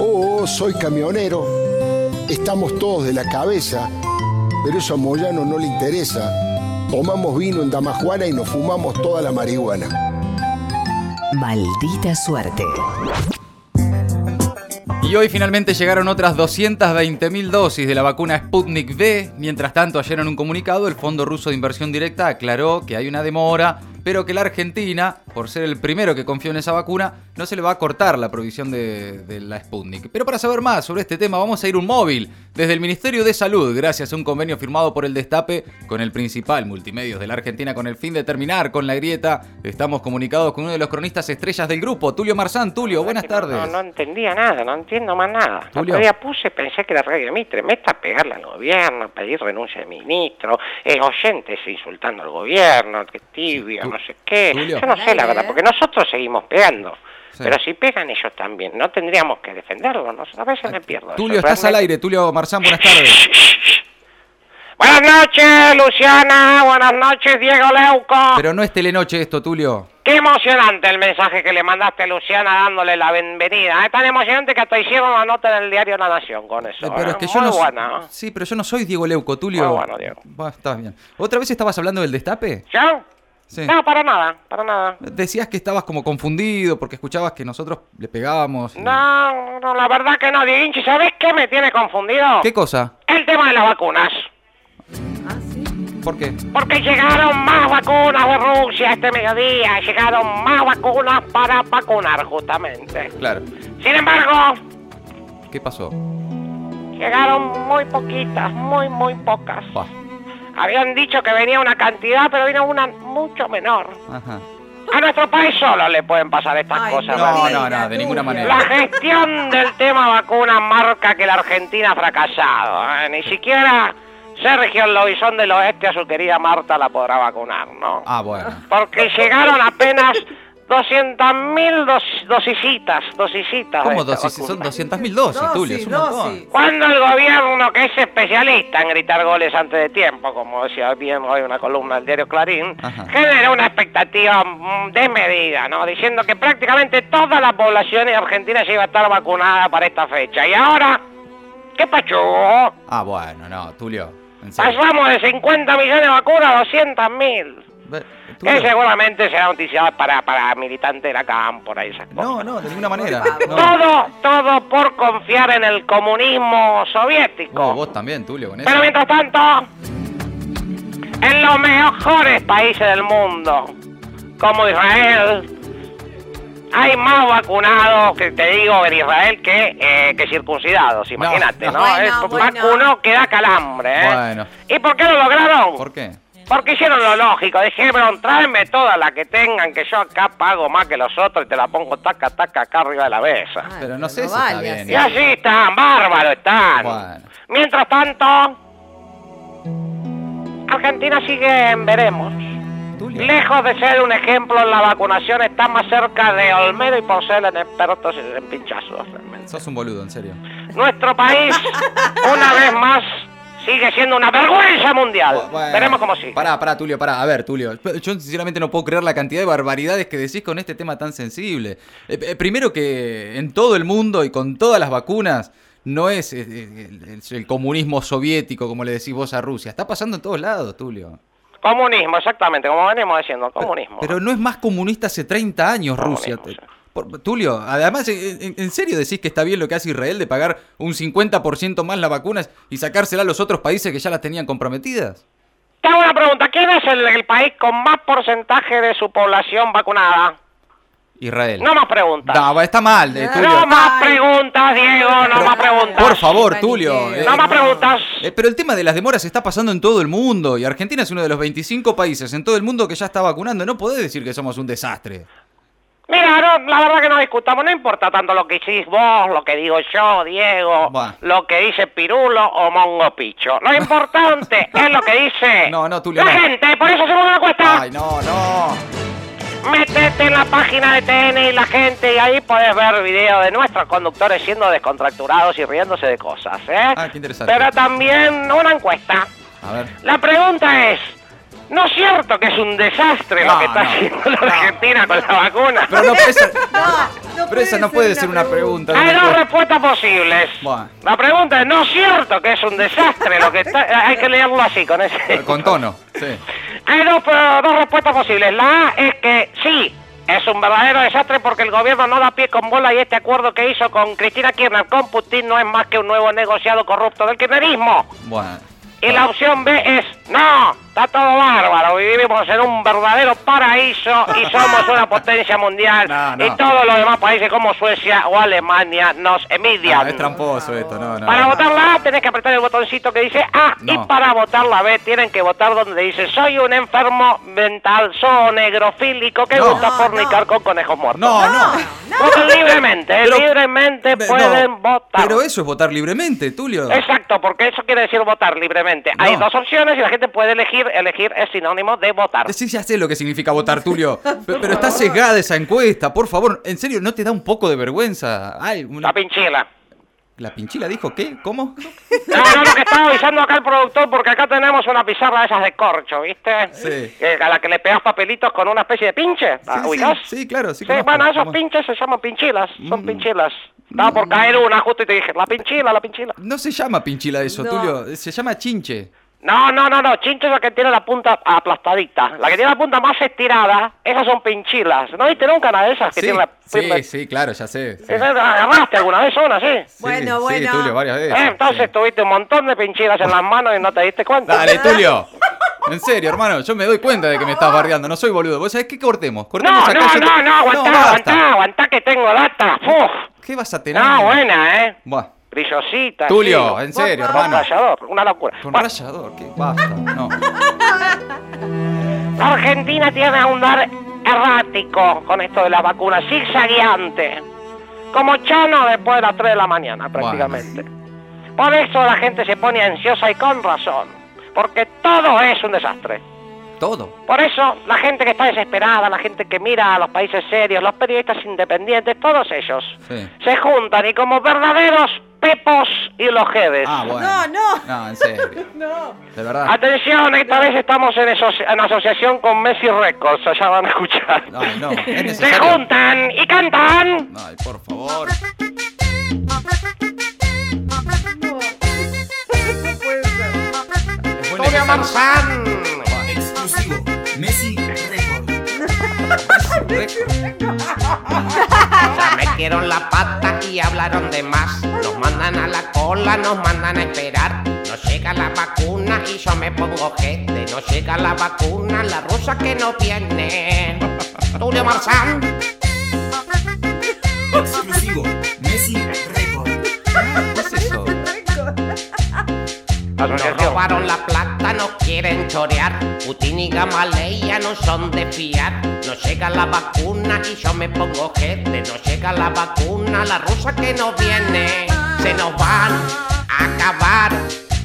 oh, oh, soy camionero, estamos todos de la cabeza, pero eso a Moyano no le interesa. Tomamos vino en Damajuana y nos fumamos toda la marihuana. Maldita suerte. Y hoy finalmente llegaron otras 220.000 dosis de la vacuna Sputnik V. Mientras tanto, ayer en un comunicado, el Fondo Ruso de Inversión Directa aclaró que hay una demora, pero que la Argentina, por ser el primero que confió en esa vacuna, no se le va a cortar la provisión de, de la Sputnik. Pero para saber más sobre este tema, vamos a ir un móvil desde el Ministerio de Salud, gracias a un convenio firmado por el Destape con el principal multimedios de la Argentina, con el fin de terminar con la grieta. Estamos comunicados con uno de los cronistas estrellas del grupo, Tulio Marzán. Tulio, buenas Pero tardes. No, no entendía nada, no entiendo más nada. El Tulio. otro día puse, pensé que la radio Mitre me está a pegarle al gobierno, pedir renuncia al ministro, eh, oyentes insultando al gobierno, que tibio, Tu- no sé qué. Tulio. Yo no sé la verdad, porque nosotros seguimos pegando. Sí. Pero si pegan ellos también, no tendríamos que defenderlos. no sé, A veces me pierdo. Tulio, Yo estás al realmente- aire. Tulio Marzán, buenas tardes. Buenas noches, Luciana. Buenas noches, Diego Leuco. Pero no es telenoche esto, Tulio. Qué emocionante el mensaje que le mandaste a Luciana dándole la bienvenida. Es tan emocionante que hasta hicieron una nota en el diario La Nación con eso. Eh, Pero ¿eh? es que yo Muy no. so- buena, ¿eh? Sí, pero yo no soy Diego Leuco, Tulio. Muy bueno, Diego. Bah, está bien. ¿Otra vez estabas hablando del destape? ¿Yo? Sí. No, para nada, para nada. Decías que estabas como confundido porque escuchabas que nosotros le pegábamos. y- No, no, la verdad que no, Dieguinchi. ¿Sabés qué me tiene confundido? ¿Qué cosa? El tema de las vacunas. ¿Por qué? Porque llegaron más vacunas de Rusia este mediodía. Llegaron más vacunas para vacunar, justamente. Claro. Sin embargo, ¿Qué pasó? llegaron muy poquitas, muy, muy pocas. Bah, Habían dicho que venía una cantidad, pero vino una mucho menor. ajá. A nuestro país solo le pueden pasar estas Ay, cosas. No, Martín. no, no, de ninguna La manera. gestión del tema vacuna marca que la Argentina ha fracasado. ¿eh? Ni siquiera Sergio el Lobizón del Oeste a su querida Marta la podrá vacunar, ¿no? Ah, bueno. Porque llegaron apenas 200.000 dos, dosicitas, dosicitas. de ¿Cómo esta dosis? Son vacuna. 200.000 dosis, Dosis, Tulio. Es un dosis. montón. Cuando el gobierno, que es especialista en gritar goles antes de tiempo, como decía bien hoy una columna del diario Clarín, Ajá. genera una expectativa mm, desmedida, ¿no? Diciendo que prácticamente toda la población argentina ya iba a estar vacunada para esta fecha. Y ahora, ¿qué pacho? Ah, bueno, no, Tulio. En serio. Pasamos de 50 millones de vacunas a 200 mil. Ve- Que Tulio. seguramente será noticia para, para militantes de la cámpora y esas cosas. No, no, de ninguna manera. No, Todo, todo por confiar en el comunismo soviético. No, vos también, Tulio, con eso. Pero mientras tanto, en los mejores países del mundo, como Israel, hay más vacunados, que te digo, en Israel que, eh, que circuncidados, imagínate, ¿no? Bueno, Es bueno. Vacunó que da calambre, ¿eh? Bueno. ¿Y por qué lo lograron? ¿Por qué? Porque hicieron lo lógico, dijeron, tráeme toda la que tengan, que yo acá pago más que los otros y te la pongo taca, taca, acá arriba de la mesa. Ay, Pero no sé si vale está bien. ¿eh? así. Y así están, bárbaro están. Bueno. Mientras tanto, Argentina sigue en veremos. Tulio. Lejos de ser un ejemplo en la vacunación, está más cerca de Olmedo y Porcel en expertos en pinchazos. realmente. Sos un boludo, en serio. Nuestro país, una vez más, sigue siendo una vergüenza mundial. Bueno, Veremos cómo sigue. Pará, pará, Tulio, pará. A ver, Tulio. Yo sinceramente no puedo creer la cantidad de barbaridades que decís con este tema tan sensible. Eh, eh, primero que en todo el mundo y con todas las vacunas no es eh, eh, el, el- el comunismo soviético, como le decís vos a Rusia. Está pasando en todos lados, Tulio. Comunismo, exactamente, como venimos diciendo, comunismo. Pero no es más comunista hace 30 años Rusia. Comunismo, sí. Por- Tulio, además, eh, ¿en, en serio decís que está bien lo que hace Israel de pagar un 50% más las vacunas y sacársela a los otros países que ya las tenían comprometidas? Te hago una pregunta, ¿quién es el, el país con más porcentaje de su población vacunada? Israel. No más preguntas. No, está mal, eh, Tulio. No más Ay. preguntas, Diego, no Pero- más preguntas. Por favor, Ay, Tulio. paniqueo. eh, No más preguntas. eh, pero el tema de las demoras está pasando en todo el mundo y Argentina es uno de los 25 países en todo el mundo que ya está vacunando. No podés decir que somos un desastre. Mira, no, la verdad que no discutamos, no importa tanto lo que hicís vos, lo que digo yo, Diego, Buah. lo que dice Pirulo o Mongo Picho. Lo importante es lo que dice No, no, Tulio, la no. gente, por eso hacemos una encuesta. Ay, no, no. Metete en la página de TN y la gente y ahí podés ver videos de nuestros conductores siendo descontracturados y riéndose de cosas, ¿eh? Ah, qué interesante. Pero también una encuesta. A ver. La pregunta es, ¿no es cierto que es un desastre No, lo que está no, haciendo la Argentina con la vacuna? Pero no, esa- No, Pero esa no puede ser una pregunta. Ah, Hay no me dos acuerdo. respuestas posibles. Bueno. La pregunta es, no es cierto que es un desastre lo que está... Hay que leerlo así, con ese... Con tono, sí. Hay dos, eh, dos respuestas posibles. La A es que sí, es un verdadero desastre porque el gobierno no da pie con bola y este acuerdo que hizo con Cristina Kirchner con Putin no es más que un nuevo negociado corrupto del kirchnerismo. Bueno. Y la opción B es, no, está todo bárbaro, vivimos en un verdadero paraíso y somos una potencia mundial No, no. y todos los demás países como Suecia o Alemania nos Ah, No, envidian. es tramposo esto, no, no. Para votar la A tenés que apretar el botoncito que dice A No. y para votar la B tienen que votar donde dice soy un enfermo mental negrofílico que No. gusta fornicar con conejos muertos. No, no. Voten libremente, eh, Pero- Ah. libremente Ve- pueden no. votar. Pero eso es votar libremente, Tulio. Exacto, porque eso quiere decir votar libremente. No. Hay dos opciones y la gente puede elegir, elegir es sinónimo de votar. Sí, ya sé lo que significa votar, Tulio. Pe- Pero, está sesgada esa encuesta, por favor. En serio, ¿no te da un poco de vergüenza? Ay, una- La pinchila. ¿La pinchila dijo qué? ¿Cómo? No, no, lo que estaba avisando acá el productor, porque acá tenemos una pizarra de esas de corcho, ¿viste? Sí. Eh, a la que le pegas papelitos con una especie de pinche. ¿La Sí, sí, ubicás? sí, claro, sí conozco. Mm. bueno, esos ¿Cómo? pinches se llaman pinchilas, son pinchilas. Estaba Mm. por caer una justo y te dije, la pinchila, la pinchila. No se llama pinchila eso, No. Tulio. Se llama chinche. No, no, no, no, chinche es la que tiene la punta aplastadita. La que tiene la punta más estirada, esas son pinchilas. ¿No viste nunca una de esas que Sí, tiene la sí, sí, claro, ya sé. sí. Esas ¿Agarraste alguna vez una, sí? Sí, Bueno, bueno. Sí, Tulio, varias Eh, veces. entonces sí. tuviste un montón de pinchilas en las manos y no te diste cuenta. Dale, Tulio. En serio, hermano, yo me doy cuenta de que me estás bardeando, no soy boludo. ¿Vos sabés qué cortemos? Cortemos No, acá. no, yo te- no, no, aguantá, basta. aguantá, aguantá que tengo data. Uf. ¿Qué vas a tener? No, buena, ¿eh? Buah. Brillosita. Tulio, sí. en serio, Con hermano. rallador, una locura. Con Bueno, rayador, ¿qué? Basta, no. Argentina tiene un dar errático con esto de las vacunas, zigzagueante. Como Chano después de las 3 de la mañana, prácticamente. Por eso la gente se pone ansiosa y con razón. Porque todo es un desastre. Todo. Por eso, la gente que está desesperada, la gente que mira a los países serios, los periodistas independientes, todos ellos, Sí. se juntan y como verdaderos pepos y los jeves. Ah, bueno. No, no. No, en serio. No. De Ah, verdad. Atención, esta vez estamos en, asoci- en asociación con Messi Records, allá van a escuchar. Ay, no, es se necesario. juntan y cantan. Ay, por favor. Es buen Antonio ejemplo. Marzán. Exclusivo. Messi Record. Ya metieron la pata y hablaron de más. Nos mandan a la cola, nos mandan a esperar. No llega la vacuna y yo me pongo gente. No llega la vacuna, la rusa que no viene. Tulio Marzán. Exclusivo. Messi Record. ¿Qué Ah, es eso? Nos Asociación. robaron la plata, nos quieren chorear. Putin y Gamaleya no son de fiar. No llega la vacuna y yo me pongo gente. No llega la vacuna, la rusa que no viene. Se nos van a acabar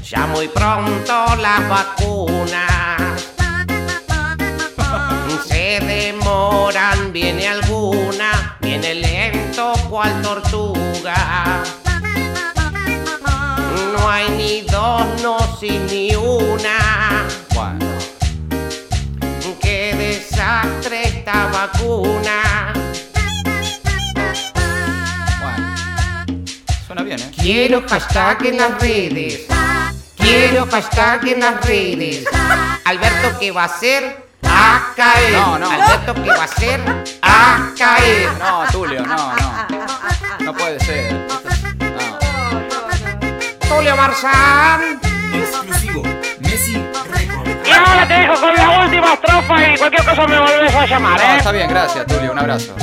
ya muy pronto las vacunas. Se demoran, viene alguna, viene lento cual tortuga. No hay ni dos, no sin ni una. Bueno. Qué desastre esta vacuna. Bueno. Suena bien, ¿eh? Quiero hashtag en las redes. Quiero hashtag en las redes. Alberto que va a ser a caer. No, no. Alberto que va a ser a caer. No, Tulio, no, no. No puede ser. No. Tulio Marzán. Exclusivo. Messi Record. Y ahora te dejo con la última estrofa y cualquier cosa me volvés a llamar, No, ¿eh? está bien, gracias, Tulio. Un abrazo.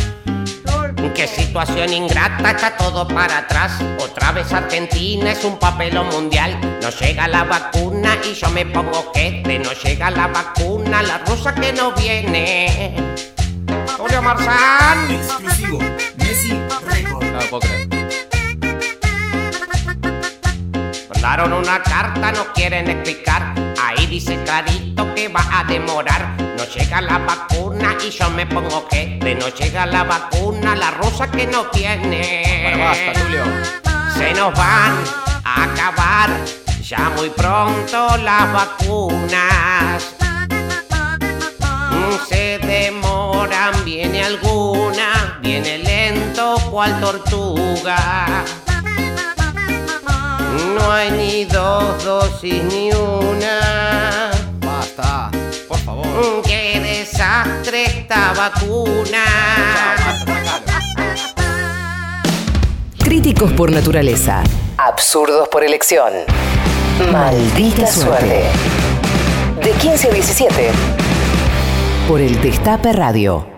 Qué situación ingrata, está todo para atrás. Otra vez Argentina es un papelón mundial. No llega la vacuna y yo me pongo quete. No llega la vacuna, la rusa que no viene. Julio Marzán. Exclusivo. Messi Record. No lo puedo creer. Mandaron una carta, no quieren explicar. Ahí dice clarito que va a demorar. No llega la vacuna y yo me pongo quete. No llega la vacuna, la rusa que no tiene. Bueno, basta, Tulio. se nos van a acabar ya muy pronto las vacunas. Mm, Se demoran, viene alguna, viene lento cual tortuga. Mm, No hay ni dos dosis ni una. Basta, por favor. Mm, ¡Qué desastre esta vacuna! Críticos por naturaleza. Absurdos por elección. Maldita suerte. De 15 a 17. Por el Destape Radio.